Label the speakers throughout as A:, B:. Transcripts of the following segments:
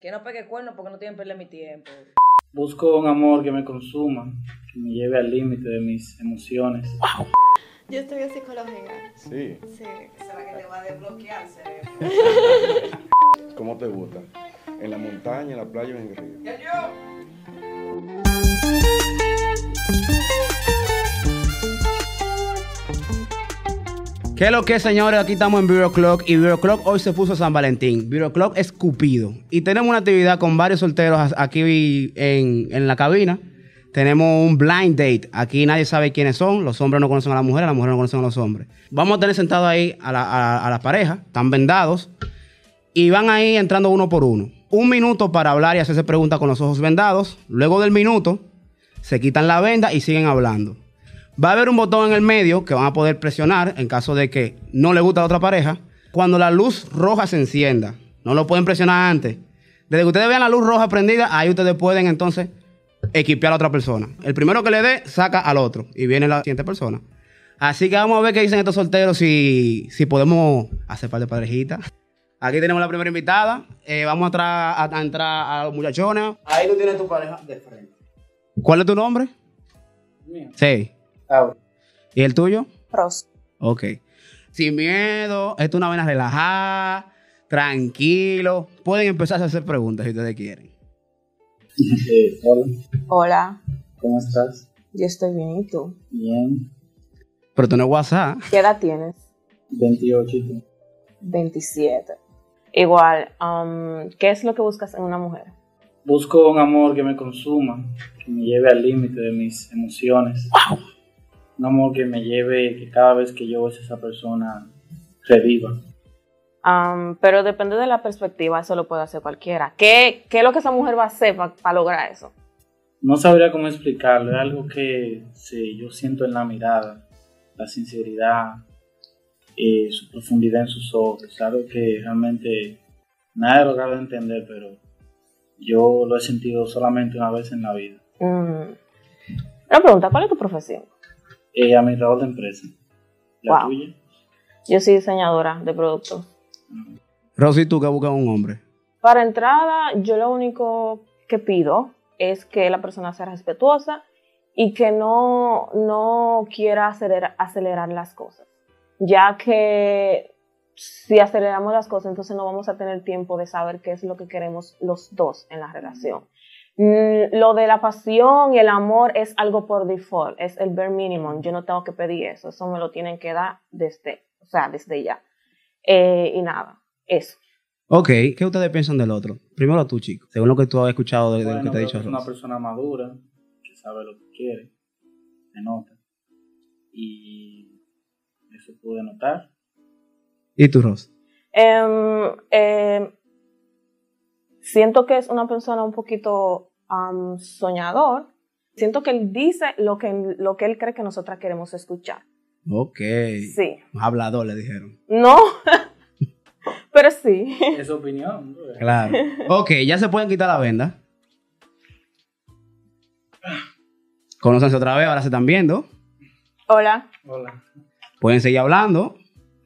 A: Que no pegue cuerno porque no tienen perder mi tiempo.
B: Busco un amor que me consuma, que me lleve al límite de mis emociones.
C: Yo estudio psicología.
D: Sí.
C: Sí.
E: Esa es la que te va a desbloquear el cerebro.
D: ¿Cómo te gusta? ¿En la montaña, en la playa o en el río?
E: Ya yo.
F: ¿Qué es lo que, señores? Aquí estamos en Bureau Clock y Bureau Clock hoy se puso San Valentín. Bureau Clock es Cupido. Y tenemos una actividad con varios solteros as- aquí en, en la cabina. Tenemos un blind date. Aquí nadie sabe quiénes son. Los hombres no conocen a las mujeres, las mujeres no conocen a los hombres. Vamos a tener sentados ahí a la, a- a las parejas, están vendados. Y van ahí entrando uno por uno. Un minuto para hablar y hacerse preguntas con los ojos vendados. Luego del minuto, se quitan la venda y siguen hablando. Va a haber un botón en el medio que van a poder presionar en caso de que no le gusta a la otra pareja. Cuando la luz roja se encienda, no lo pueden presionar antes. Desde que ustedes vean la luz roja prendida, ahí ustedes pueden entonces equipear a la otra persona. El primero que le dé, saca al otro y viene la siguiente persona. Así que vamos a ver qué dicen estos solteros si, si podemos hacer par de parejitas. Aquí tenemos la primera invitada. Eh, vamos a, tra- a- a entrar a los muchachones.
B: Ahí tú tienes tu pareja de frente.
F: ¿Cuál es tu nombre?
B: Mío.
F: Sí.
B: Laura.
F: ¿Y el tuyo?
A: Pros.
F: Ok. Sin miedo, esto es una vena relajada, tranquilo. Pueden empezar a hacer preguntas si ustedes quieren.
B: Eh, hola,
A: Hola,
B: ¿cómo estás?
A: yo estoy bien. ¿Y tú?
B: Bien.
F: Pero tú no es WhatsApp.
A: ¿Qué edad tienes?
B: 28 y tú.
A: 27. Igual, um, ¿qué es lo que buscas en una mujer?
B: Busco un amor que me consuma, que me lleve al límite de mis emociones. Un amor que me lleve, que cada vez que yo bese a esa persona, reviva.
A: Um, pero depende de la perspectiva, eso lo puede hacer cualquiera. ¿Qué, qué es lo que esa mujer va a hacer para lograr eso?
B: No sabría cómo explicarlo, es algo que sí, yo siento en la mirada, la sinceridad, eh, su profundidad en sus ojos, algo que realmente nadie ha logrado entender, pero yo lo he sentido solamente una vez en la vida.
A: Mm. Una pregunta, ¿cuál es tu profesión?
B: Eh, administrador de empresa, la
A: Wow.
B: tuya,
A: Yo soy diseñadora de productos.
F: Rosy, tú que buscas un hombre.
A: Para entrada, yo lo único que pido es que la persona sea respetuosa y que no, no quiera acelerar, acelerar las cosas, ya que si aceleramos las cosas, entonces no vamos a tener tiempo de saber qué es lo que queremos los dos en la relación. Mm, Lo de la pasión y el amor es algo por default, es el bare minimum. Yo no tengo que pedir eso, eso me lo tienen que dar desde, o sea, desde ya. Eh, y nada, eso.
F: Ok, ¿qué ustedes piensan del otro? Primero tú, chico, según lo que tú has escuchado de, de
B: Bueno,
F: lo que te ha
B: creo
F: dicho
B: que es una
F: Rosy.
B: persona madura, que sabe lo que quiere, se nota, y eso pude notar.
F: ¿Y tú, Rosy?
A: Em, em, siento que es una persona un poquito am, soñador. Siento que él dice lo que, lo que él cree que nosotras queremos escuchar.
F: Ok.
A: Sí.
F: Hablador, le dijeron.
A: No, pero sí.
B: Es opinión, ¿no?
F: Claro. Ok, ya se pueden quitar la venda. Conócense otra vez, ahora se están viendo.
A: Hola,
B: Hola.
F: Pueden seguir hablando.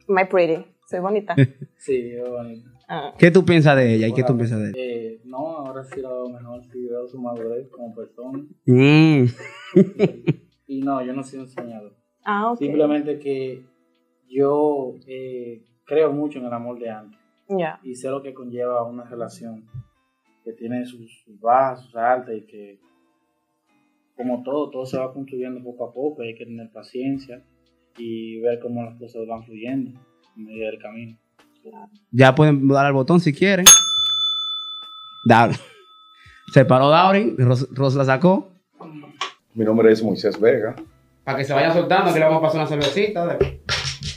A: my pretty. Soy bonita.
B: Sí, hola.
A: Ah.
F: ¿Qué tú piensas de ella y qué tú piensas de él?
B: Eh, no, ahora sí lo veo mejor, sí veo su madurez como persona.
F: Mm.
B: Y no, yo no soy un soñador.
A: Ah, ok.
B: Simplemente que yo eh, creo mucho en el amor de antes
A: Ya.
B: y sé lo que conlleva una relación que tiene sus, sus bajas, sus altas y que, como todo, todo se va construyendo poco a poco. Hay que tener paciencia y ver cómo las cosas van fluyendo en medio del camino.
F: Ya pueden dar al botón si quieren. Da- Se paró Daurin, Ros, Ros la sacó.
D: Mi nombre es Moisés Vega.
F: Para que se vayan soltando, que le vamos a pasar una cervecita. De...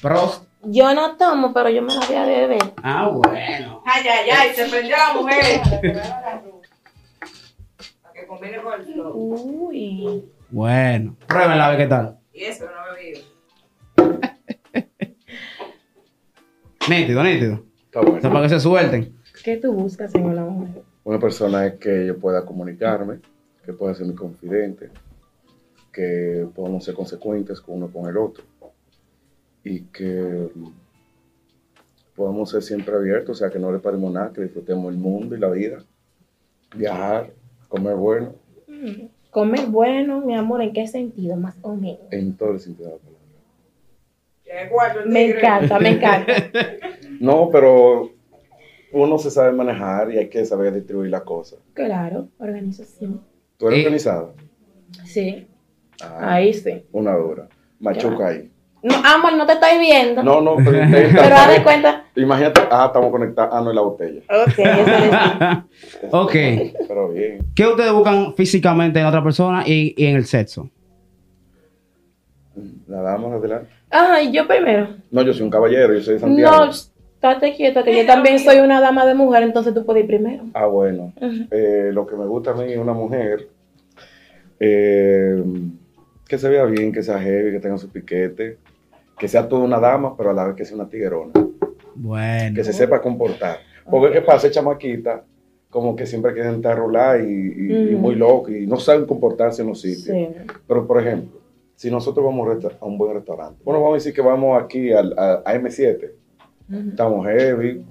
F: Prost.
C: Yo no tomo, pero yo me la voy a beber.
F: Ah, bueno.
E: Ay, ay, ay, se prendió la mujer. La que combine con el flow.
C: Uy.
F: Bueno. Pruébenla a ver qué tal.
E: Y eso no he bebido.
F: Nítido, nítido.
D: Está
F: O sea,
D: bueno.
F: para que se suelten.
C: ¿Qué tú buscas en una mujer?
D: Una persona es que yo pueda comunicarme, que pueda ser mi confidente, que podamos ser consecuentes con uno con el otro y que mm, podamos ser siempre abiertos, o sea, que no le paremos nada, que disfrutemos el mundo y la vida viajar, comer bueno,
C: Mm, Comer bueno, mi amor, ¿en qué sentido? Más o menos.
D: en todo el sentido de la palabra.
E: Tiene cuatro, el
C: Me
E: tigre.
C: encanta, me encanta.
D: No, pero uno se sabe manejar y hay que saber distribuir las cosas.
C: Claro, organización.
D: ¿Tú eres
F: Eh.
D: organizada?
C: Sí,
D: Ah,
C: ahí sí.
D: Una dura. Machuca ahí.
C: No, amor, no te estoy viendo.
D: No, no, pero,
C: Pero haz de cuenta.
D: imagínate, ah, estamos conectados, ah, no es la botella.
C: Ok, eso es.
F: Ok.
D: Pero bien.
F: ¿Qué ustedes buscan físicamente en otra persona y, y en el sexo?
D: La damos adelante.
C: Ajá, y yo primero.
D: No, yo soy un caballero, yo soy de Santiago.
C: No, estate quieta, que yo también soy una dama de mujer, entonces tú puedes ir primero.
D: Ah, bueno.
C: Ujú.
D: Eh, lo que me gusta a mí es una mujer eh, que se vea bien, que sea heavy, que tenga su piquete, que sea toda una dama, pero a la vez que sea una tiguerona,
F: Bueno.
D: que se sepa comportar. Porque qué pasa, chamaquita, como que siempre quieren estar rulada y, y- y
C: Ujú.
D: muy loco y no saben comportarse en los sitios.
C: Sí.
D: Pero, por ejemplo, si nosotros vamos a un resta- a un buen restaurante, bueno, vamos a decir que vamos aquí al, a, a M7,
C: Ujú.
D: estamos heavy,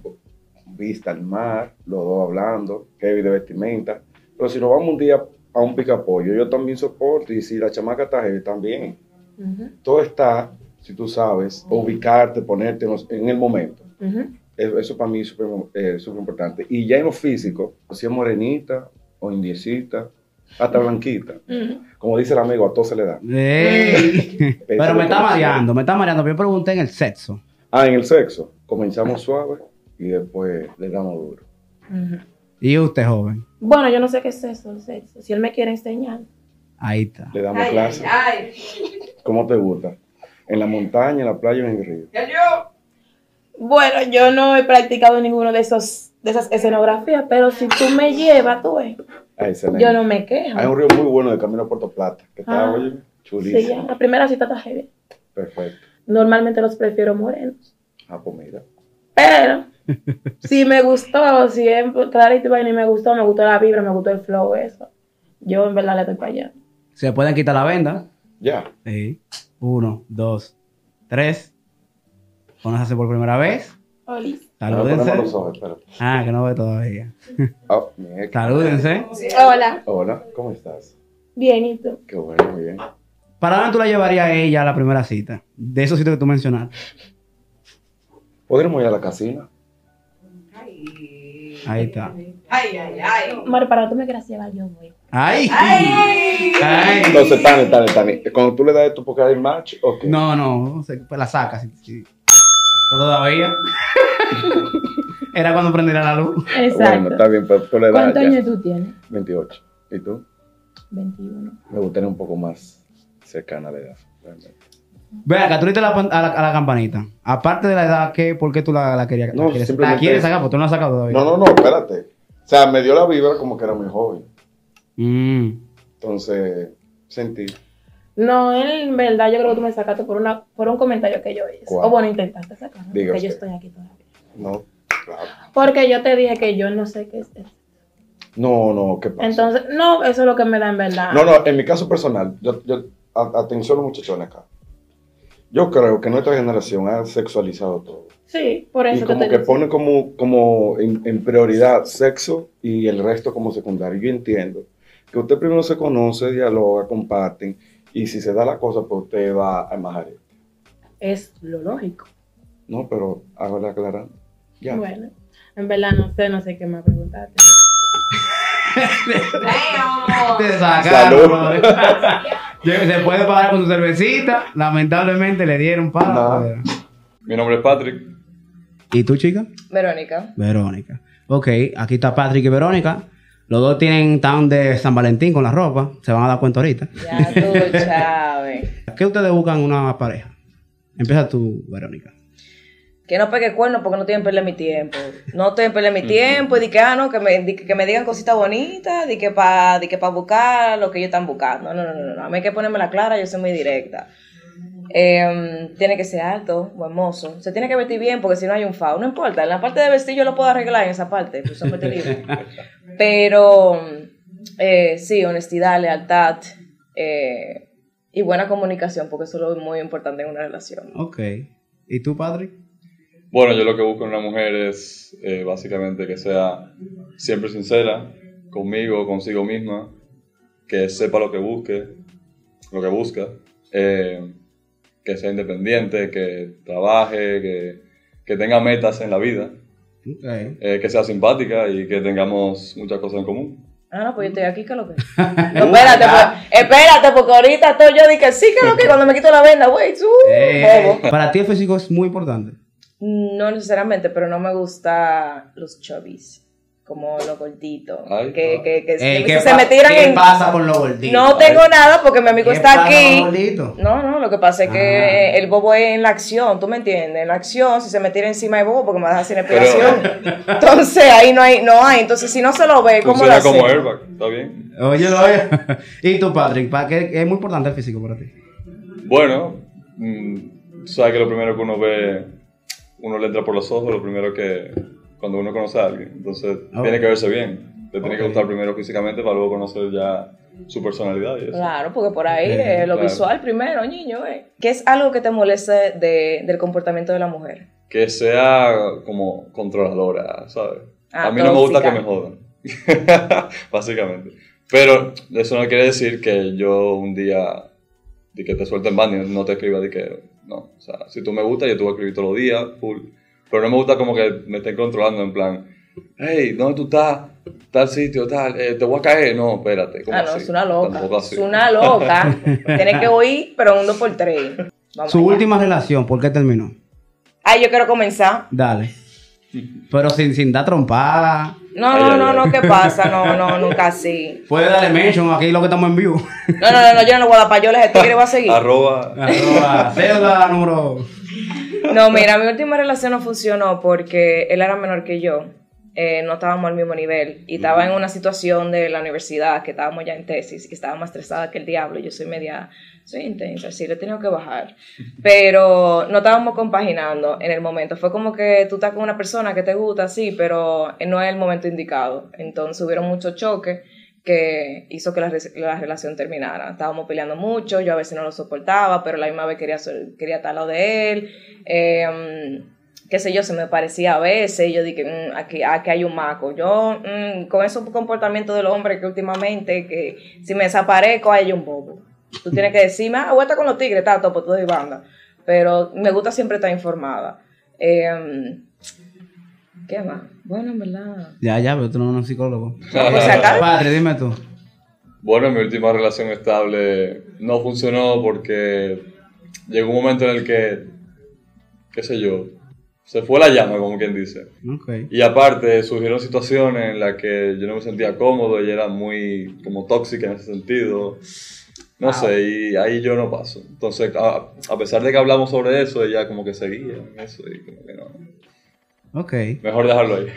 D: vista al mar, los dos hablando, heavy de vestimenta. Pero si nos vamos un día a un picapollo, yo también soporto, y si la chamaca está heavy, también.
C: Ujú.
D: Todo está, si tú
F: Mm.
D: sabes, ubicarte, ponerte en, los- en el momento.
C: Ujú.
D: Eso, eso para mí es súper eh, súper importante. Y ya en lo físico, si es morenita o indiecita, hasta blanquita,
C: Ujú.
D: como dice el amigo, a todo se le da.
F: Ey. Pero me está mareando, me está mareando. Yo pregunté en el sexo.
D: Ah, en el sexo. Comenzamos suave y después le damos duro.
C: Ujú.
F: ¿Y usted, joven?
C: Bueno, yo no sé qué es eso, el sexo. Si él me quiere enseñar.
F: Ahí está.
D: Le damos
E: Ay,
D: clase.
E: ay, ay.
D: ¿Cómo te gusta? ¿En la montaña, en la playa o en el río?
E: Ya yo.
C: Bueno, yo no he practicado ninguno de esos de esas escenografías, pero si tú me llevas, tú ves,
D: Ah, excelente.
C: yo no me quejo.
D: Hay un río muy bueno de camino a Puerto Plata. Que está,
C: Ah,
D: oye,
C: Sí, ya,
D: chulísimo.
C: la primera cita está heavy.
D: Perfecto.
C: Normalmente los prefiero morenos.
D: Ah, pues mira.
C: Pero si me gustó, si es clarito y vaina y me gustó, me gustó la vibra, me gustó el flow, eso. Yo en verdad le doy para allá.
F: ¿Se pueden quitar la venda?
D: Ya.
F: Sí. Uno, dos, tres. Conocerse por primera vez.
C: Oli.
D: Ahora ponemos los
F: Salúdense.
D: ojos, espérate.
F: Ah, que no ve todavía.
D: Ah, mira.
F: Salúdense.
E: Como si-
C: Hola.
D: Hola, ¿cómo estás?
C: Bien, ¿y tú?
D: Qué bueno, muy bien.
F: ¿Para dónde tú la llevarías a ella a la primera cita? De esos sitios que tú mencionaste.
D: ¿Podríamos ir a la casina?
E: Ay,
F: Ahí está.
E: ay, ay. ay.
C: Mar, para dónde me quieras llevar, yo voy.
F: ¡Ay!
E: Ay.
F: Ay.
D: Entonces, Tani, Tani, Tani. Cuando tú le das esto porque hay match, ok.
F: No, no, se- pues la saca. sí, sí. No todavía. Era cuando prendiera la luz.
C: Exacto.
D: Bueno, está bien, pero tú le das
C: ¿Cuántos años
D: ya.
C: tú tienes?
D: 28. ¿Y tú?
C: 21.
D: Me gustaría un poco más cercana a la edad. realmente.
F: Ve acá, tú le diste la pan- a, la, a la campanita. Aparte de la edad, ¿qué, ¿por qué tú la, la querías?
D: No,
F: la quieres,
D: simplemente-
F: la quieres sacar, porque tú no la has sacado todavía.
D: No, no, no, espérate. O sea, me dio la vibra como que era muy joven.
F: Mm.
D: Entonces, sentí.
C: No, él, en verdad, yo creo que tú me sacaste por, una, por un comentario que yo hice.
D: ¿Cuál?
C: O bueno, intentaste sacarme,
D: Diga
C: porque yo
D: usted.
C: estoy aquí todavía.
D: No, claro.
C: Porque yo te dije que yo no sé qué es eso.
D: No, no, ¿qué pasa?
C: Entonces, no, eso es lo que me da en verdad.
D: no, no, en mi caso personal, yo, yo, a- atención los muchachones acá. Yo creo que nuestra generación ha sexualizado todo.
C: Sí, por eso
D: Y como
C: te
D: que
C: digo.
D: pone como, como en, en prioridad sexo y el resto como secundario. Yo entiendo que usted primero se conoce, dialoga, comparten, y si se da la cosa, pues usted va a más área.
C: Es lo lógico.
D: No, pero hágale aclarar. Ya.
C: Bueno, en verdad no sé, no sé qué más preguntarte.
E: Damn.
F: Te sacaron.
D: Salud.
F: brother. Yo- Se puede pagar con su cervecita. Lamentablemente le dieron para.
D: No.
F: brother.
G: Mi nombre es Patrick.
F: ¿Y tú, chica?
E: Verónica.
F: Verónica. Ok, aquí está Patrick y Verónica. Los dos tienen tan de San Valentín con la ropa. Se van a dar cuenta ahorita.
E: Ya tú, Chávez.
F: ¿Qué ustedes buscan en una pareja? Empieza tú, Verónica.
H: Que no pegue cuernos porque no estoy en perder mi tiempo. No estoy en perder mi tiempo. Y di que, ah, no, que me, di que- que me digan cositas bonitas, di que para pa buscar lo que ellos están buscando. No, no, no, no, no. A mí hay que ponerme la clara, yo soy muy directa. Em, tiene que ser alto o hermoso. Se tiene que vestir bien porque si no hay un fao. No importa, en la parte de vestir yo lo puedo arreglar en esa parte, pues son parte libre. Pero eh, sí, honestidad, lealtad eh, y buena comunicación porque eso es lo muy importante en una relación.
F: Ok. ¿Y tú, Patrick?
G: Bueno, yo lo que busco en una mujer es eh, básicamente que sea siempre sincera, conmigo, consigo misma, que sepa lo que busque, lo que busca, eh, que sea independiente, que trabaje, que, que tenga metas en la vida,
F: Ok.
G: eh, que sea simpática y que tengamos muchas cosas en común.
H: Ah, no, pues yo estoy aquí, ¿qué es lo que? No, espérate, pues, espérate, porque ahorita todo yo dije, sí, ¿qué es lo que? Cuando me quito la venda, güey, ¡uh! tú,
F: Eh,
H: bobo.
F: para ti el físico es muy importante.
H: No necesariamente, pero no me gusta los chubbies, como los gorditos,
G: Ay,
H: que,
G: pa.
H: que, que,
F: Ey,
H: que
F: ¿qué
H: se
F: pa-
H: me tiran
F: ¿Qué
H: en...
F: pasa con los gorditos?
H: No tengo nada porque mi amigo
F: ¿Qué
H: está
F: pasa con
H: aquí.
F: los gorditos? Ah.
H: No, no, lo que pasa es que el bobo es en la acción, ¿tú me entiendes? En la acción, si se me tira encima el bobo, porque me deja sin respiración. Entonces, ahí no hay, no hay. Entonces, si no se lo ve, ¿cómo lo
G: Funciona
H: hace?
G: como airbag, ¿está bien?
F: Oye, lo oye. ¿Y tú, Patrick? ¿Para qué es muy importante el físico para ti?
G: Bueno, mm, tú sabes que lo primero que uno ve, uno le entra por los ojos, lo primero que cuando uno conoce a alguien. Entonces,
F: Ah.
G: tiene que verse bien. Te tiene
F: Ok.
G: que gustar primero físicamente para luego conocer ya su personalidad y eso.
H: Claro, porque por ahí
F: Bien,
H: eh, lo
G: claro.
H: visual primero, niño, eh. ¿Qué es algo que te moleste de- del comportamiento de la mujer?
G: Que sea como controladora, ¿sabes?
H: Ah,
G: a mí no me gusta que me
H: tóxica.
G: jodan, básicamente. Pero eso no quiere decir que yo un día de que te suelten banda y no te escriba de que no. O sea, si tú me gustas, yo te voy a escribir todos los días, full. Pero no me gusta como que me estén controlando en plan, hey, ¿dónde tú estás? Tal sitio, tal, eh, te voy a caer. No, espérate. ¿cómo
H: Ah, no,
G: así?
H: es una loca.
G: Tampoco
H: Es
G: así.
H: una loca. Tienes que oír, pero un dos por tres. Vamos
F: Su
H: allá.
F: última relación, ¿por qué terminó?
H: Ay, yo quiero comenzar.
F: Dale. Pero sin, sin dar trompada.
H: No,
G: Ay,
H: no,
G: ay,
H: no,
G: ay.
H: no, ¿qué pasa? No, no, nunca así.
F: Puede darle mention aquí lo que estamos en vivo.
H: No, no, no, no, yo no le voy a dar payolas, el tigre va a seguir.
G: Arroba.
F: Arroba, Deuda número.
H: No, mira, mi última relación no funcionó porque él era menor que yo. Eh, no estábamos al mismo nivel y estaba en una situación de la universidad que estábamos ya en tesis y estaba más estresada que el diablo. Yo soy media, soy intensa, sí, le he tenido que bajar. Pero no estábamos compaginando en el momento. Fue como que tú estás con una persona que te gusta, sí, pero no es el momento indicado. Entonces hubieron muchos choques que hizo que la, re- la relación terminara. Estábamos peleando mucho, yo a veces no lo soportaba, pero a la misma vez quería, ser- quería estar al lado de él. Eh, mm, qué sé yo, se me parecía a veces, y yo dije, "Mm, aquí, aquí hay un maco. Yo, mm, con esos comportamientos del hombre que últimamente, que si me desaparezco, hay un bobo. Tú tienes que decirme, ah, vuelta con los tigres, tato, por todo y banda. Pero me gusta siempre estar informada. Eh, ¿Qué más? Bueno, en verdad.
F: Ya, ya, pero tú no eres un psicólogo.
H: Por si acaso.
F: Padre, dime tú.
G: Bueno, mi última relación estable no funcionó porque llegó un momento en el que, qué sé yo, se fue la llama, como quien dice.
F: Ok.
G: Y aparte, surgieron situaciones en las que yo no me sentía cómodo, ella era muy como tóxica en ese sentido. No sé, y ahí yo no paso. Entonces, a, a pesar de que hablamos sobre eso, ella como que seguía en eso y como que no.
F: Ok.
G: Mejor dejarlo ahí.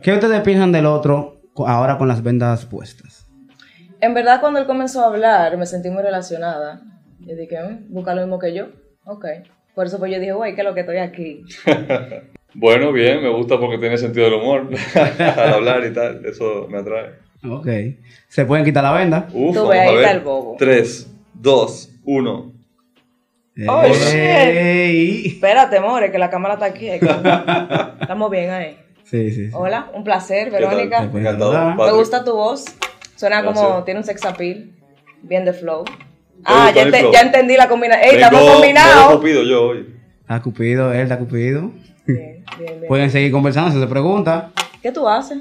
F: ¿Qué ustedes piensan del otro co- ahora con las vendas puestas?
H: En verdad, cuando él comenzó a hablar, me sentí muy relacionada. Y dije, "Mm, busca lo mismo que yo. Ok. Por eso pues yo dije, güey, que lo que estoy aquí.
G: bueno, bien, me gusta porque tiene sentido del humor al hablar y tal, eso me atrae.
F: Ok. ¿Se pueden quitar la venda?
G: Uf,
H: Tú
G: vamos
H: ve, ahí
G: a ver.
H: está el bobo.
G: 3, 2, 1.
H: Oh,
F: Ey.
H: Espérate, more, que la cámara está aquí. hay que- Estamos bien ahí.
F: Sí, sí, sí.
H: Hola, un placer, Verónica.
F: Después
G: Encantado.
F: de hablar.
H: Me
G: Patrick.
H: gusta tu voz. Suena como,
G: Gracias.
H: tiene un sex appeal. Bien de flow. Ah,
G: gusta
H: ya,
G: mi
H: ente-
G: flow?
H: ya entendí la combinación. ¡Ey,
G: Vengo-
H: estamos
G: vengo
H: combinados!
G: Cupido yo hoy.
F: Está cupido, él está cupido.
H: Bien, bien, bien.
F: Pueden seguir conversando si se pregunta.
H: ¿Qué tú haces?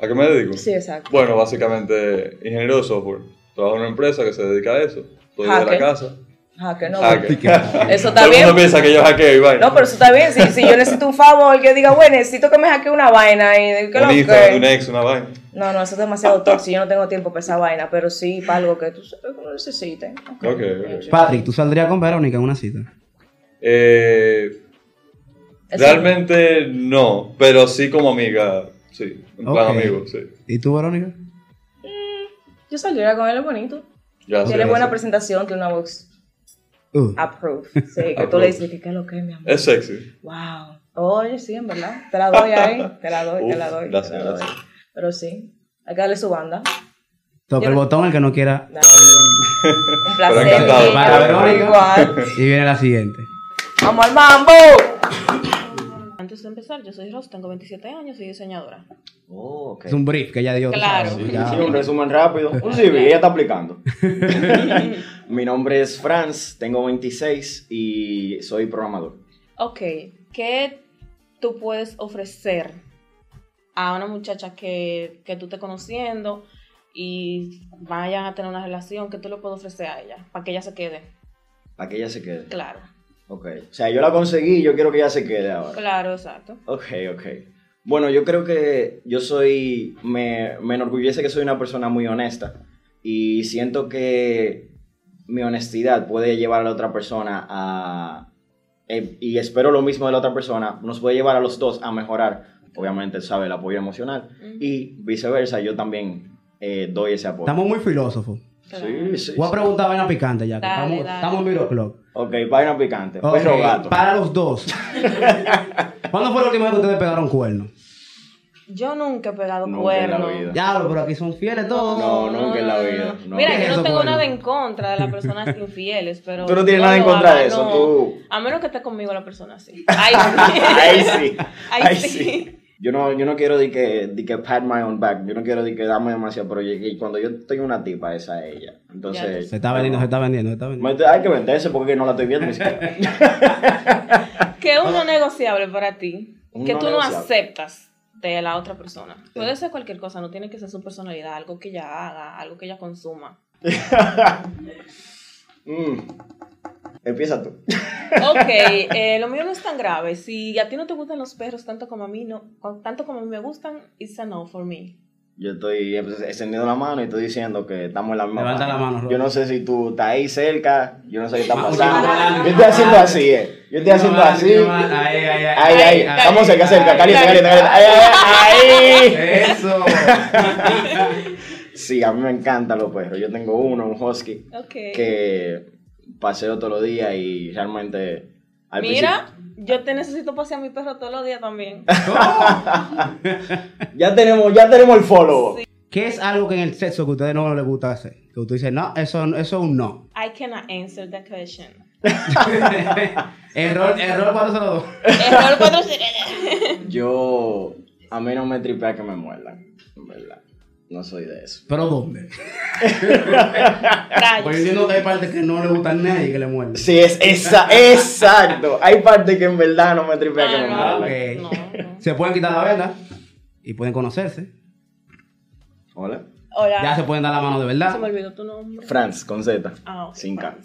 G: ¿A qué me dedico?
H: Sí, exacto.
G: Bueno, básicamente ingeniero de software. Trabajo en una empresa que se dedica a eso. Estoy de
H: Hacker.
G: la casa.
H: Ah, que no.
G: Hacker.
H: Eso está
G: Todo el
H: bien.
G: mundo piensa que yo hackeo y vaina.
H: No, pero eso está bien. Si, si yo necesito un favor, que diga, güey, necesito que me hackee una vaina. Y, ¿qué lo
G: Un
H: que?
G: Instagram, un ex, una vaina.
H: No, no, eso es demasiado tóxico. Yo no tengo tiempo para esa vaina, pero sí para algo que tú sabes que uno necesite. Ok.
G: Ok, ok.
F: Patrick, ¿tú saldrías con Verónica en una cita?
G: Eh,
H: Eso-
G: realmente no, pero sí como amiga. Sí, en plan
F: Ok.
G: amigo, sí.
F: ¿Y tú, Verónica?
H: Yo saliera con él, es bonito.
G: Gracias.
H: Tiene buena
G: gracias.
H: presentación, tiene una voz
F: Uh.
H: approved. Sí, que tú
G: Approved.
H: le dices que qué es lo que es, mi amor.
G: Es sexy.
H: Wow. Oye, sí, en verdad. Te la doy ahí. Te la doy, te
G: Uf,
H: la doy.
G: gracias,
H: te la doy.
G: gracias.
H: Pero sí, hay que darle su banda.
F: Toca
H: Yo
F: el
H: no-
F: botón el que no quiera.
H: Dale. Un placer.
G: encantado.
H: Para
F: Para Verónica.
H: Igual.
F: Y viene la siguiente.
H: ¡Vamos al mambo!
A: antes de empezar, yo soy Rosa, tengo 27 años, soy diseñadora.
I: Oh, ok.
F: Es un brief que ella dio. tú
A: Claro.
F: sabes, ya.
I: Sí, un resumen rápido. Un CV, ella está aplicando. Mi nombre es Franz, tengo 26 y soy programador.
A: Ok, ¿qué tú puedes ofrecer a una muchacha que, que tú estés conociendo y vayan a tener una relación? ¿Qué tú le puedes ofrecer a ella para que ella se quede?
I: Para que ella se quede.
A: Claro,
I: Ok. O sea, yo la conseguí y yo quiero que ella se quede ahora.
A: claro, exacto.
I: Ok, ok. Bueno, yo creo que yo soy, me, me enorgullece que soy una persona muy honesta y siento que mi honestidad puede llevar a la otra persona a, eh, y espero lo mismo de la otra persona, nos puede llevar a los dos a mejorar, obviamente, sabe, el apoyo emocional
A: Ujú.
I: y viceversa, yo también eh, doy ese apoyo.
F: Estamos muy filósofos.
I: Sí, sí.
F: Voy a preguntar vaina picante ya. que
A: Dale,
F: estamos,
A: dale.
F: estamos en Video Club.
I: Ok, vaina picante,
F: Ok,
I: perro gato.
F: Para los dos. ¿Cuándo fue la última vez que ustedes pegaron cuernos?
A: Yo nunca he pegado
I: Nunca en la
A: cuernos.
I: vida.
F: Diablo, pero aquí son fieles todos.
I: No, nunca en la vida. no.
A: Mira,
F: ¿Qué es
A: yo
F: eso,
A: no tengo
F: cuerno?
A: nada en contra de las personas infieles, pero.
I: Tú no tienes nada en
A: lo
I: contra de
A: haga,
I: eso,
A: no.
I: tú-
A: A menos que esté conmigo la persona así. Ay,
I: Ahí sí.
A: Ahí
I: Ahí
A: sí.
I: sí. Yo no, yo no quiero de que, de que pat my own back. Yo no quiero de que dame demasiado, pero yo- y cuando yo estoy una tipa, esa es ella.
A: Ya,
I: Entonces.
F: Se está vendiendo, se está vendiendo, se está vendiendo.
I: Me te- Hay que venderse porque no la estoy viendo ni siquiera.
A: Que es uno negociable para ti,
I: Un
A: que
I: no
A: tú no
I: negociable.
A: aceptas de la otra persona. Puede ser cualquier cosa, no tiene que ser su personalidad, algo que ella haga, algo que ella consuma.
I: Mm. Empieza tú.
A: Ok, eh, lo mío no es tan grave. Si a ti no te gustan los perros tanto como a mí, no, con- tanto como a mí me gustan, it's a no for me.
I: Yo estoy extendiendo la mano y estoy diciendo que estamos en la misma.
F: Levanta la mano, Rob.
I: Yo no sé si tú estás ahí cerca. Yo no sé qué está
F: Vamos,
I: pasando.
F: vamos, vamos.
I: Yo estoy haciendo así, eh. Yo estoy haciendo así.
F: Ahí, ahí,
I: Ahí, ahí.
A: Ay,
I: Estamos cerca, cerca.
A: ay,
I: Caliente,
A: ay,
I: caliente, caliente. Ahí, ahí, ahí.
F: Eso.
I: Sí, a mí me encantan los perros. Yo tengo uno, un husky,
A: Ok.
I: que paseo todos los días y realmente... al
A: Mira, yo te necesito pasear a mi perro todos los días también.
I: principio- Ya tenemos, ya tenemos el follow.
F: ¿Qué es algo que en el sexo que a ustedes no les gusta hacer? Que usted dice, no, eso, eso es un no.
A: I cannot answer that question.
F: Error, error 402.
A: Error cuatro-
I: Yo... A mí no me tripea que me muerdan, en verdad. No soy de eso.
F: ¿Pero dónde?
A: rayos.
F: Porque Pues yo entiendo que hay partes que no le gusta a nadie que le muerde.
I: Sí, es esa, exacto. Hay parte que en verdad no me tripea que me
A: Ah,
I: muerdan.
A: No, no.
F: Se pueden quitar la venda y pueden conocerse.
I: Hola.
A: Hola.
F: Ya se pueden dar la mano de
A: Se
F: verdad.
A: me olvidó tu nombre.
I: Franz, con Z.
A: Ah, ok.
I: Sin K.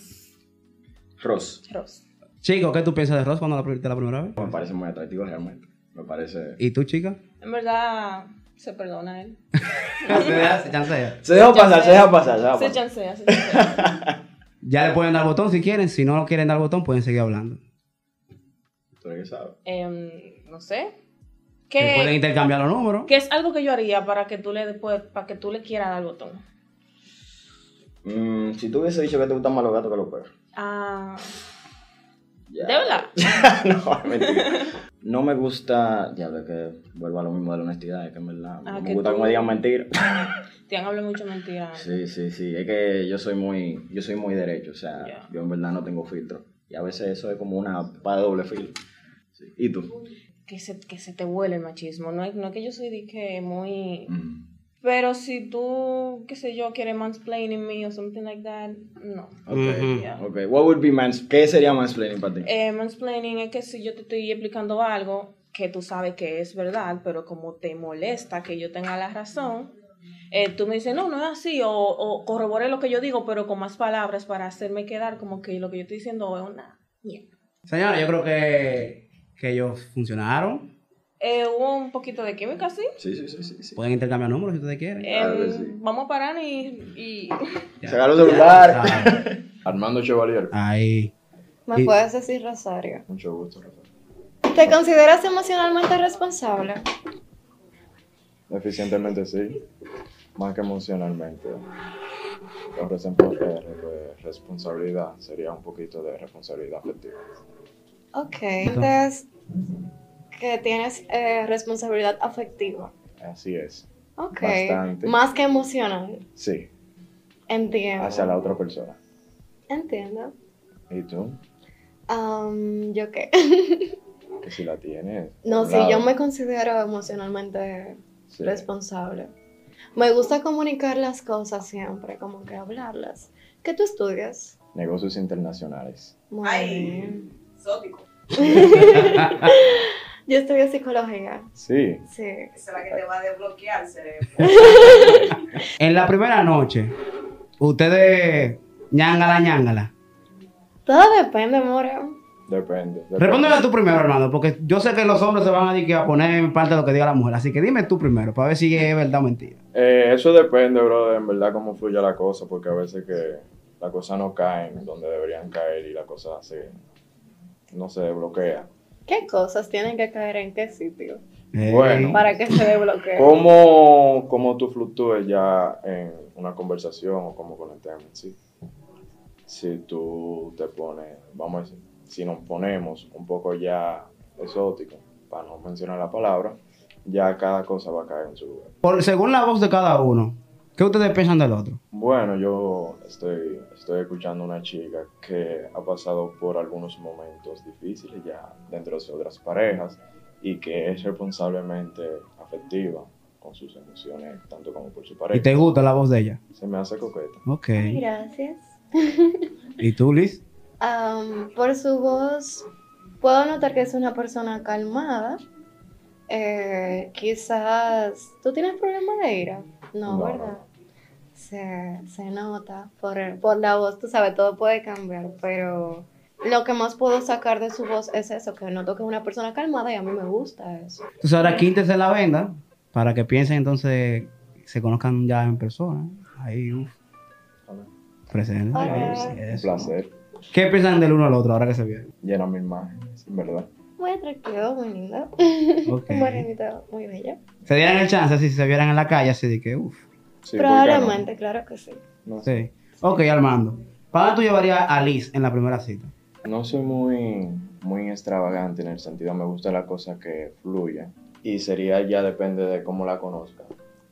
I: Ross.
A: Ross.
F: Chico, ¿qué tú piensas de Ross cuando la viste la primera vez?
I: Me parece muy atractivo realmente. Me parece...
F: ¿Y tú, chica?
A: En verdad, se perdona a él.
F: se da- se chancea.
I: Se deja pasar, se deja pasar, se deja
A: Se
I: pasar.
A: chancea, se chancea.
F: Ya le pueden dar botón si quieren. Si no quieren dar botón, pueden seguir hablando.
I: Tú eres que sabes.
A: Em, no sé.
F: Se pueden
A: ¿Qué,
F: intercambiar los números.
A: qué es algo que yo haría para que tú le después, para que tú le quieras dar botón?
I: Mm, si tú hubiese dicho que te gustan más los gatos que los perros.
A: Ah,
I: Ya.
A: ¿De verdad?
I: no, mentira. No me gusta. Ya ve que vuelvo a lo mismo de la honestidad, es que en verdad.
A: Ah,
I: no me
A: que
I: gusta
A: tú-
I: que me digan mentira.
A: Te han hablado mucho mentira.
I: Sí, sí, sí. Es que yo soy muy, yo soy muy derecho. O sea,
A: Ya.
I: yo en verdad no tengo filtro. Y a veces eso es como una para doble filo. Sí. ¿Y tú?
A: Que, se, que se te vuele el machismo. No es, no es que yo soy de que muy...
I: Mm.
A: Pero si tú, qué sé yo, quieres mansplaining me o something like that, no.
I: Ok.
F: Ujú.
I: Ok. What would be mans ¿Qué sería mansplaining para ti?
A: Eh, mansplaining es que si yo te estoy explicando algo que tú sabes que es verdad, pero como te molesta que yo tenga la razón, eh, tú me dices, no, no es así, o, o corrobore lo que yo digo, pero con más palabras para hacerme quedar como que lo que yo estoy diciendo es una mierda.
F: Señora, yo creo que, que ellos funcionaron.
A: Eh, hubo un poquito de química, sí.
I: Sí, sí, sí, sí. sí.
F: Pueden intercambiar números si ustedes quieren.
I: Claro que
A: Em,
I: sí.
A: Vamos a parar y... y...
F: Ya.
I: Sacar los celular.
F: Ah,
D: Armando Chevalier.
F: Ahí.
E: ¿Me
F: Y-
E: puedes decir, Rosario?
D: Mucho gusto, Rafael.
E: ¿Te consideras emocionalmente responsable?
D: Eficientemente sí, más que emocionalmente. Por ejemplo, eh, re- responsabilidad sería un poquito de responsabilidad afectiva.
E: Ok. Sientes que tienes eh, responsabilidad afectiva.
D: Así es.
E: Ok.
D: Bastante.
E: Más que emocional.
D: Sí,
E: Entiendo.
D: hacia la otra persona.
E: Entiendo. Um,
D: ¿Y tú?
E: Am, ¿Yo qué?
J: que si la tienes.
E: No,
J: claro,
E: sí, yo me considero emocionalmente
J: sí.
E: responsable. Me gusta comunicar las cosas siempre, como que hablarlas. ¿Qué tú estudias?
J: Negocios internacionales.
E: Muy
H: Ay.
E: bien.
H: Exótico.
E: Yo estudio psicología.
J: Sí.
E: Sí.
H: Esa es la que te va a desbloquear el cerebro.
F: En la primera noche, ustedes ñangala, ñangala.
E: Todo depende, Mora.
J: Depende. depende.
F: Respóndeme tú primero, Armando, porque yo sé que los hombres se van a, di que a poner en parte de lo que diga la mujer. Así que dime tú primero, para ver si es verdad o mentira.
J: Eh, eso depende, brother, en verdad, cómo fluya la cosa, porque a veces que las cosas no caen donde deberían caer y la cosa se, no se bloquea.
E: ¿Qué cosas tienen que caer en qué sitio
J: Bueno.
E: para que se desbloquee?
J: ¿Cómo, cómo tú fluctúes ya en una conversación o cómo con el tema en sí? Si tú te pones, vamos a decir, si nos ponemos un poco ya exótico, para no mencionar la palabra, ya cada cosa va a caer en su lugar.
F: Por, según la voz de cada uno, ¿qué ustedes piensan del otro?
J: Bueno, yo estoy, estoy escuchando una chica que ha pasado por algunos momentos difíciles ya dentro de sus otras parejas y que es responsablemente afectiva con sus emociones, tanto como por su
F: ¿Y
J: pareja.
F: te gusta la voz de ella?
J: Se me hace coqueta.
F: Ok.
E: Gracias.
F: ¿Y tú, Liz?
E: Am, por su voz, puedo notar que es una persona calmada. Eh, quizás. ¿Tú tienes problema de ira? No,
J: No,
E: ¿verdad? Se, se nota por, el- por la voz, tú sabes, todo puede cambiar, pero lo que más puedo sacar de su voz es eso, que noto que es una persona calmada y a mí me gusta eso.
F: Entonces ahora quíntese la venda para que piensen entonces, se conozcan ya en persona. Ahí, uff.
J: Hola.
F: Presente.
E: Hola.
F: sí,
J: Un
F: eso.
J: placer.
F: ¿Qué piensan del uno al otro ahora que se vieron?
J: Llena mi imagen, en verdad.
E: Muy atractivo, muy lindo.
F: Ok.
E: Un morenito muy bello.
F: ¿Se dieran el chance así si se vieran en la calle así de que, uff?
J: Sí, ¿por qué no?
E: Probablemente, claro que sí.
J: No, sé.
F: Sí. Ok, Armando. ¿Para dónde tú llevarías a Liz en la primera cita?
J: No soy muy, muy extravagante en el sentido, me gusta la cosa que fluya. Y sería ya depende de cómo la conozca,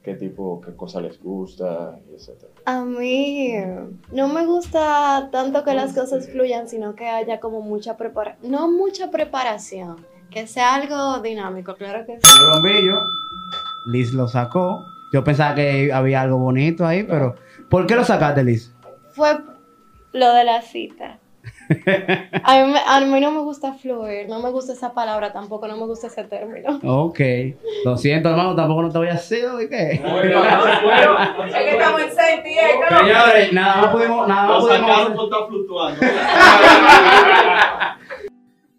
J: qué tipo, qué cosa les gusta, y etcétera.
E: A mí eh, no me gusta tanto que las cosas fluyan, sino que haya como mucha preparación. No mucha preparación, que sea algo dinámico, claro que sí.
F: El bombillo, Liz lo sacó. Yo pensaba que había algo bonito ahí, pero ¿por qué lo sacaste, Liz?
E: Fue lo de la cita. A mí, me- a mí no me gusta fluir, no me gusta esa palabra tampoco, no me gusta ese término.
F: Ok. Lo siento, hermano, tampoco no te voy a hacer, ¿o qué?
H: Es que estamos en senti, ¿eh?
F: Señores, nada más pudimos, nada más pudimos hacer.
B: está fluctuando.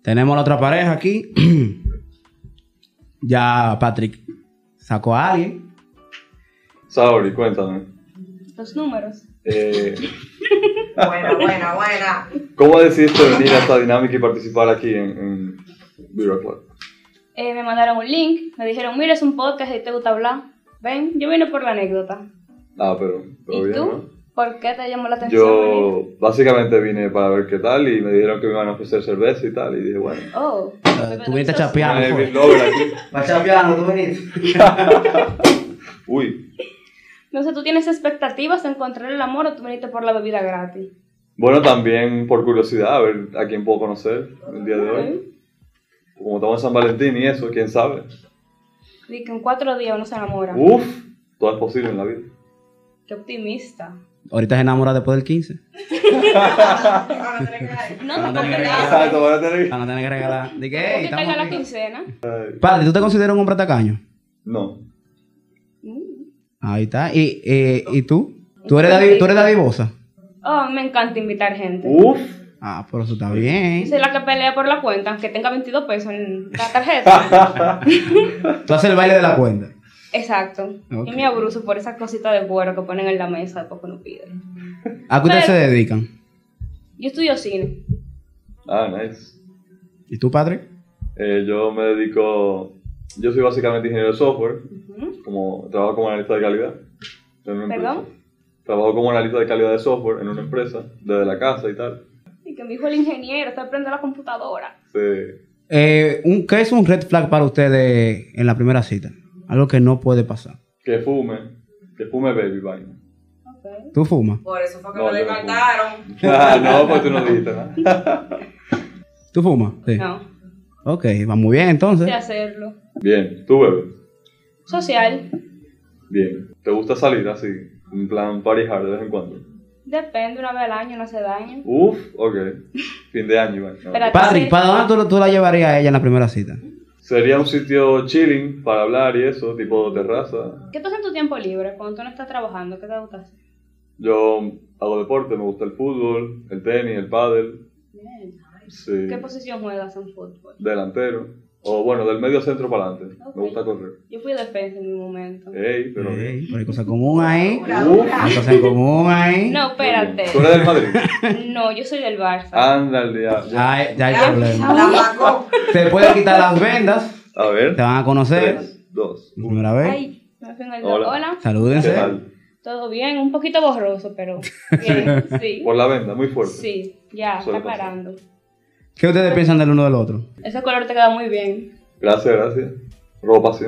F: Tenemos la otra pareja aquí. ya Patrick sacó a alguien.
G: Saori, cuéntame.
K: Los números.
G: Eh,
H: Buena, buena, buena.
G: ¿Cómo decidiste venir a esta dinámica y participar aquí en, en Bureau Club?
K: Eh, me mandaron un link, me dijeron, mira, es un podcast y te gusta hablar. Ven, yo vine por la anécdota.
G: Ah, pero, pero
K: ¿Y
G: bien,
K: tú?
G: ¿no?
K: ¿Por qué te llamó la atención? venir?
G: Yo básicamente vine para ver qué tal y me dijeron que me iban a ofrecer cerveza y tal y dije, bueno.
K: Oh.
F: Eh, Tú viniste a chapear.
G: eh,
F: fue.
G: Bill Lover aquí.
F: Pa' chapear, no, tú viniste.
G: Uy.
K: No sé, ¿tú tienes expectativas de encontrar el amor o tú viniste por la bebida gratis?
G: Bueno, también por curiosidad, a ver a quién puedo conocer el día de hoy. Como estamos en San Valentín y eso, quién sabe.
K: Y que en cuatro días uno se enamora.
G: Uf, todo es posible en la vida.
K: Qué optimista.
F: Ahorita se enamora después del 15.
K: No,
F: Cuando
K: tampoco
F: me
K: te
F: regalas.
K: hagas.
G: Exacto, van a tener que-
F: Para no tener que regalar. Dije,
K: Tampoco
F: "Ey,
K: te
F: estamos
K: hagas la
F: aquí".
K: quincena.
F: Padre, ¿tú te consideras un hombre tacaño? Mm.
G: No.
F: Ahí está. ¿Y, eh, ¿y tú? ¿Tú eres, dadi- ¿Tú eres dadivosa?
K: Oh, me encanta invitar gente.
G: Uf,
F: Ah, pero eso está
K: Yo
F: bien.
K: soy la que pelea por la cuenta, aunque tenga 22 pesos en la
F: Ah.
K: tarjeta.
F: Tú haces el baile de la cuenta.
K: Exacto.
F: Ok.
K: Y me abruzo por esas cositas de cuero que ponen en la mesa después que uno pide.
F: ¿A qué ustedes se
K: Pero-
F: dedican?
K: Yo estudio cine.
G: ah, nice.
F: ¿Y tú, padre?
G: Eh, yo me dedico, yo soy básicamente ingeniero de software, como trabajo como analista de calidad. en
F: Ah, pues.
G: una empresa.
K: ¿Perdón?
G: Trabajo como analista de calidad de software en una empresa, desde la casa y tal.
K: Y que me dijo el ingeniero, está prende la computadora.
G: Sí.
F: Eh, un- ¿Qué es un red flag para ustedes en la primera cita? Algo que no puede pasar.
G: Que fume, que fume baby vaina.
F: ¿Tú fumas?
H: Por eso fue que
G: No,
H: me
G: yo no
H: descartaron.
G: Ah, no, pues tú no dijiste nada.
F: ¿Tú fumas? Sí.
K: No.
F: Ok, va muy bien entonces.
K: de hacerlo.
G: Bien, tú bebes.
K: Social,
G: Bien. ¿Te gusta salir así? En plan party hard de vez en cuando.
K: depende, una vez al año no hace daño.
G: Uf, ok. Fin de año, Iván. No.
K: Pero-
F: Patrick, ¿para dónde tú, tú la llevarías a ella en la primera cita?
G: Sería un sitio chilling para hablar y eso, tipo terraza.
K: ¿Qué tú haces en tu tiempo libre cuando tú no estás trabajando? ¿Qué te gusta hacer?
G: Yo hago deporte, me gusta el fútbol, el tenis, el pádel.
K: Bien.
G: Sí.
K: ¿Qué posición juegas en fútbol?
G: Delantero. O bueno, del medio centro para adelante. Me gusta correr.
K: Yo fui defensa en mi momento.
G: Ey, pero bien.
F: Pero hay cosas comunes ahí.
K: Uf.
F: Hay cosas en común ahí.
K: No, espérate.
G: ¿Tú eres del Madrid?
K: No, yo soy del Barça.
G: Ándale, ya.
F: Ay, Ah, eh, ya hay problema. Te pueden quitar las vendas.
G: A ver.
F: Te van a conocer.
G: dos.
F: Primera vez.
K: Ay, me fui en el-
G: Hola.
K: Hola.
F: Salúdense.
G: ¿Qué tal?
K: Todo bien, un poquito borroso, pero bien, sí.
G: Por la venda, muy fuerte.
K: Sí, ya,
G: Suele
K: está
G: pasar.
K: parando.
F: ¿Qué ustedes piensan del uno del otro?
K: Ese color te queda muy bien.
G: Gracias, gracias. Ropa, sí.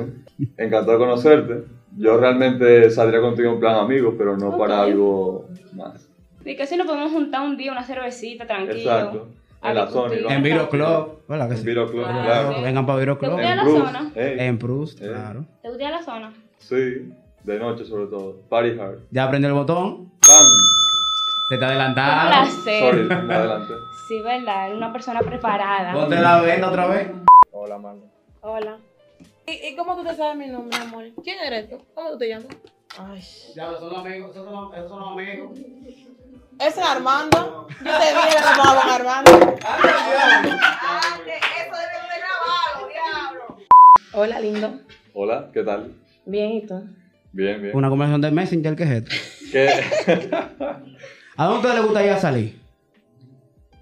G: Encantado de conocerte. Yo realmente saldría contigo en plan amigo, pero no para algo más.
K: Y que si nos podemos juntar un día, una cervecita, tranquilo.
G: Exacto. En la zona. igual.
F: En Viro Club. ¿Verdad que sí?
G: En Viro Club,
K: Ah,
G: claro.
K: sí.
F: Vengan para Viro
K: ¿Te
F: Club.
K: gusta ir a la
G: Proust,
K: zona?
G: ey,
F: En Proust,
G: Eh.
F: claro.
K: ¿Te gusta ir a la zona?
G: Sí, de noche sobre todo. Party hard.
F: Ya aprendió el botón.
G: ¡Pam!
F: Se te
K: Un
F: adelantaron.
K: placer.
G: Sorry, me adelante.
K: Sí, verdad, era una persona preparada.
F: Ponte la venda otra vez.
J: Hola, mano.
C: Hola. ¿Y, y cómo tú te sabes mi nombre, amor? ¿Quién eres tú? ¿Cómo tú te llamas? Ay.
F: Ya, son los amigos. Esos son los, amigos.
C: Ese es Armando. Yo te vi que tomaba con Armando.
H: Ah, Hola, lindo.
G: Hola, ¿qué tal?
H: Bien, ¿y tú?
G: Bien, bien.
F: Una conversación de Messenger, ¿qué es esto?
G: ¿Qué?
F: ¿A dónde a ustedes les gusta ir a salir?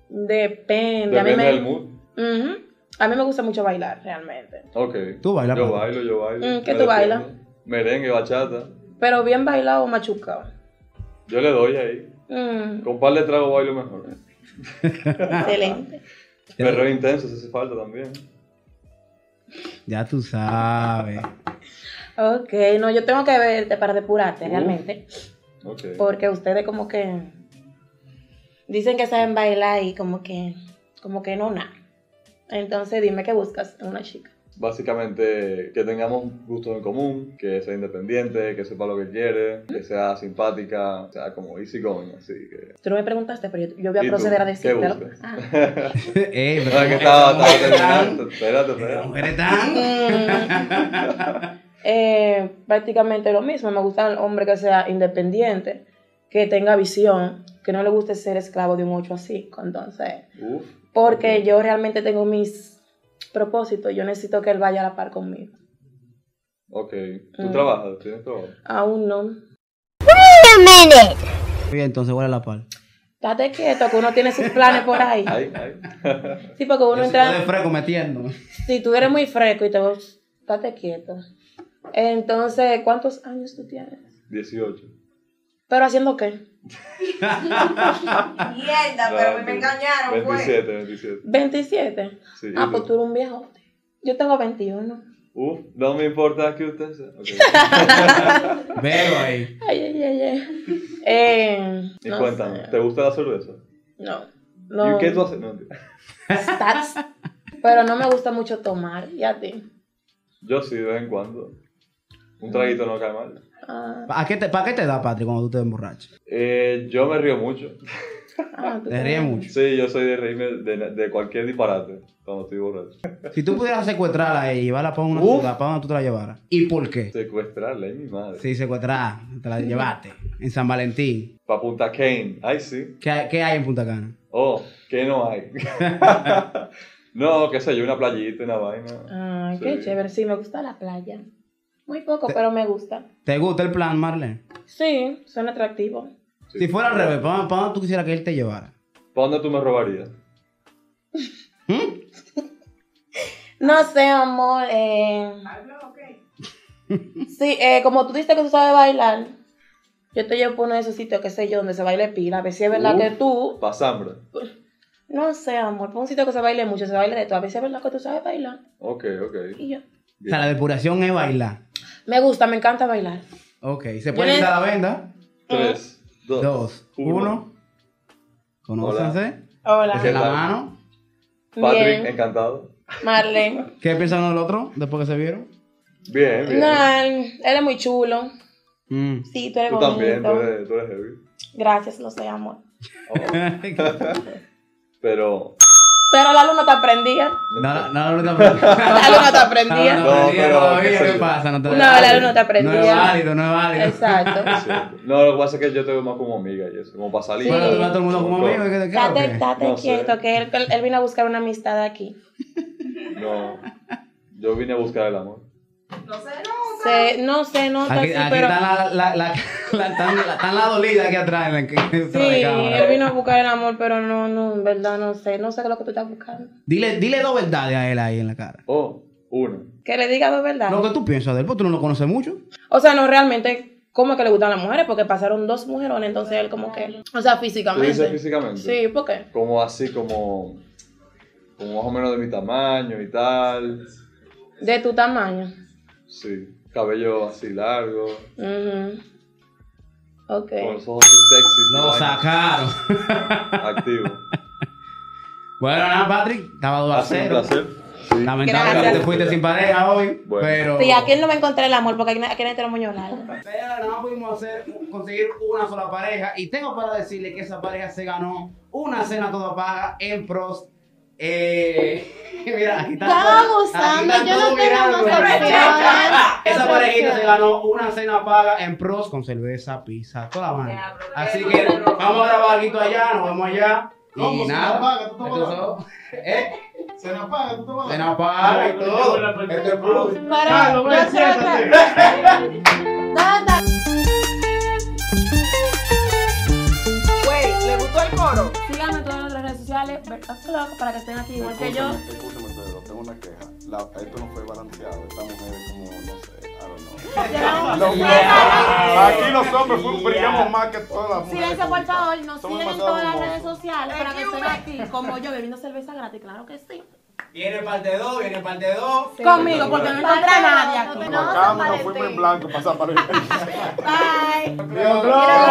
C: Depende. A mí,
G: Depende
C: me,
G: del mood.
C: Ujú. a mí me gusta mucho bailar, realmente.
G: Ok.
F: Tú bailas,
G: Yo
F: Paco.
G: bailo, yo bailo.
C: Mm, ¿qué
G: Me
C: tú
G: defiendo.
C: bailas?
G: Merengue, bachata.
C: Pero bien bailado o machucado.
G: Yo le doy ahí.
C: Mm,
G: Con un par de tragos bailo
F: Eh,
G: mejor.
C: excelente.
G: Perreo intenso, si hace falta también.
F: Ya tú sabes.
C: Ok, no, yo tengo que verte para depurarte,
G: Uf.
C: realmente.
G: Ok.
C: Porque ustedes como que dicen que saben bailar y como que, como que no, nada. Entonces dime qué buscas en una chica.
G: Básicamente, que tengamos gustos en común, que sea independiente, que sepa lo que quiere, que sea simpática, o sea, como easy going, así que...
C: Tú no me preguntaste, pero yo, yo voy
G: ¿Y
C: a
G: tú?
C: proceder a
G: ¿Qué
C: decírtelo.
G: buscas?
C: Ah.
F: eh,
G: Ah, que estaba, estaba terminando, espérate, espérate.
F: Mujeres tan.
C: Mm. Eh, prácticamente lo mismo. Me gusta el hombre que sea independiente, que tenga visión, que no le guste ser esclavo de un 8 a 5. Entonces,
G: Uf.
C: porque
G: Ok.
C: yo realmente tengo mis propósitos. Yo necesito que él vaya a la par conmigo.
G: Ok, tú
C: Mm.
G: trabajas, tienes trabajo.
C: Aún no.
F: Bien, entonces, ¿cuál es la par?
C: Date quieto, que uno tiene sus planes por ahí.
G: Ay, ay.
C: Sí, porque
F: Yo
C: uno
F: sí
C: entra.
F: de fresco metiéndome.
C: Si tú eres muy fresco y te vas, date quieto. Entonces, ¿cuántos años tú tienes?
G: 18.
C: ¿Pero haciendo qué?
H: Mierda,
G: pero me engañaron, pues. 27, 27.
C: 27.
G: Sí,
C: Ah,
G: y
C: pues
G: tú.
C: tú eres un viejo. Yo tengo 21.
G: Uf, no me importa que usted sea. Ok.
F: Veo ahí.
C: Ay, ay, ay, ay. Eh,
G: Y
C: no
G: cuéntame,
C: sé.
G: ¿te gusta la cerveza?
C: No. No.
G: ¿Y qué tú haces? No, mentira.
C: Stats. Pero no me gusta mucho tomar. ¿Y a ti?
G: yo sí, de vez en cuando. Un traguito no cae mal.
C: Ah,
F: ¿Para qué, te, ¿Para qué te da, Patrick, cuando tú te emborrachas?
G: Eh, yo me río mucho.
C: ah, tú
F: Te ríes
C: también.
F: mucho.
G: Sí, yo soy de reírme de, de cualquier disparate cuando estoy borracho.
F: Si tú pudieras secuestrarla a ella y llevarla para una
G: Uf.
F: ciudad, ¿para dónde tú te la llevaras? ¿Y por qué?
G: Secuestrarla, ay mi madre.
F: Sí, secuestrada, te la llevaste en San Valentín.
G: Pa' Punta Cane, ay sí.
F: ¿Qué, hay- qué hay en Punta Cana?
G: Oh, que no hay. no, qué sé yo, una playita, una vaina.
C: Ay, qué
G: Sí.
C: chévere. Sí, me gusta la playa. Muy poco, pero me gusta.
F: ¿Te gusta el plan, Marlene?
C: Sí, son atractivos.
G: Sí.
F: Si fuera al revés, ¿para, para dónde tú quisieras que él te llevara?
G: ¿Para dónde tú me robarías?
C: No sé, amor. Eh... sí, eh, como tú dices que tú sabes bailar, yo te llevo por uno de esos sitios, qué sé yo, donde se baile pila. A ver si es verdad
G: Uf.
C: Pues que tú.
G: Pa' Zambra.
C: No sé, amor. Por un sitio que se baile mucho, se baile de todo. A ver si es verdad que tú sabes bailar.
G: Ok, ok.
C: Y yo.
F: O sea, la depuración es bailar.
C: Me gusta, me encanta bailar.
F: Ok, ¿se puede
C: Yo le-
F: quitar la venda?
G: Tres, dos,
F: Dos,
G: uno.
F: uno. Conócense.
C: Hola.
G: ¿Qué
F: De la
G: tal?
F: mano.
G: Patrick,
C: Bien.
G: encantado.
C: Marlene.
F: ¿Qué piensan uno del otro después que se vieron?
G: Bien, bien.
C: Nah, él él es muy chulo.
F: Mm.
C: Sí, tú eres
G: Tú
C: bonito.
G: también, tú eres, tú eres heavy.
C: Gracias, lo sé, amor.
G: Oh. Pero.
C: Pero la luna te aprendía.
F: No, no, no, no, no.
C: La luna te aprendía.
F: No, no,
G: pero,
F: todavía,
G: qué sé
F: ¿qué
G: yo.
F: pasa? No, te
C: No, la luna te
F: No
C: aprendía.
F: es válido, no es válido.
C: Exacto.
G: No, lo que pasa es que yo te veo más como amiga y eso, como para salir.
F: Bueno, tú ves a todo el mundo como amigo. ¿qué te queda o
C: Date,
F: qué?
C: date
G: No sé.
C: quieto, que él, él vino a buscar una amistad aquí.
G: No. Yo vine a buscar el amor.
C: Se- no se nota,
F: Aquí,
C: sí,
F: aquí
C: pero.
F: está la, la, la, la, tan, la, tan la dolida aquí atrás. en la que- detrás de
C: Sí,
F: cámara.
C: él vino a buscar el amor, pero no, no, en verdad no sé. No sé qué es lo que tú estás buscando.
F: Dile, dile dos verdades a él ahí en la cara.
G: Oh, uno.
C: Que le diga dos verdades.
F: Lo que tú piensas de él, porque tú no lo conoces mucho.
C: O sea, no realmente, ¿cómo es que le gustan las mujeres? Porque pasaron dos mujerones, entonces él como que. O sea,
G: ¿Tú dices
C: físicamente.
G: físicamente?
C: Sí, ¿por qué?
G: Como así, como. Como más o menos de mi tamaño y tal.
C: De tu tamaño.
G: Sí. Cabello así largo.
C: Ujú. Ok.
G: Con los ojos así sexy.
F: Lo sacaron.
G: Activo.
F: Bueno, nada, Patrick. Estaba 2 a
G: Ha sido un
F: 0.
G: placer.
F: Lamentablemente
C: Gracias.
F: te fuiste sin pareja hoy.
G: Bueno.
F: Pero.
C: Sí, aquí él no va a encontrar el amor porque aquí aquí nadie tiene moño largo.
F: Pero nada más pudimos hacer, conseguir una sola pareja. Y tengo para decirle que esa pareja se ganó una cena toda paga en pros. Eh, mira, aquí está.
E: Estaba
F: todo-
E: abusando,
F: aquí está
E: yo no
F: todo
E: tengo
F: mirando.
E: más opciones.
F: Esa parejita se ganó una cena paga en pros con cerveza, pizza, toda la mano. Así que vamos a grabar algo allá, nos vamos allá. Y nada. Entonces, ¿eh? Cena paga y todo. Esto es plus.
E: Para, yo creo que- Dale, dale.
H: Güey, ¿le gustó el coro?
K: Síganme en todas nuestras redes sociales, Bird of Clock, para que estén aquí igual que yo.
D: Escúchame, escúchame, Pedro, tengo una queja. La- esto no fue balanceado. Esta mujer es como, no sé, I don't know. Los hombres- Aquí los hombres fu- brillamos más que todas las mujeres.
E: Silencio, por favor, nos
D: Somos
E: siguen en
D: demasiado
E: todas las
D: hermosos.
E: redes sociales para que estén aquí, como yo, bebiendo cerveza gratis, claro que sí.
F: Viene parte 2, viene parte 2.
E: Conmigo, porque no encontré a nadie
D: Nos
E: aquí.
D: marcamos, nos fuimos en blanco, pasamos para el...
E: Bye.
F: Dios,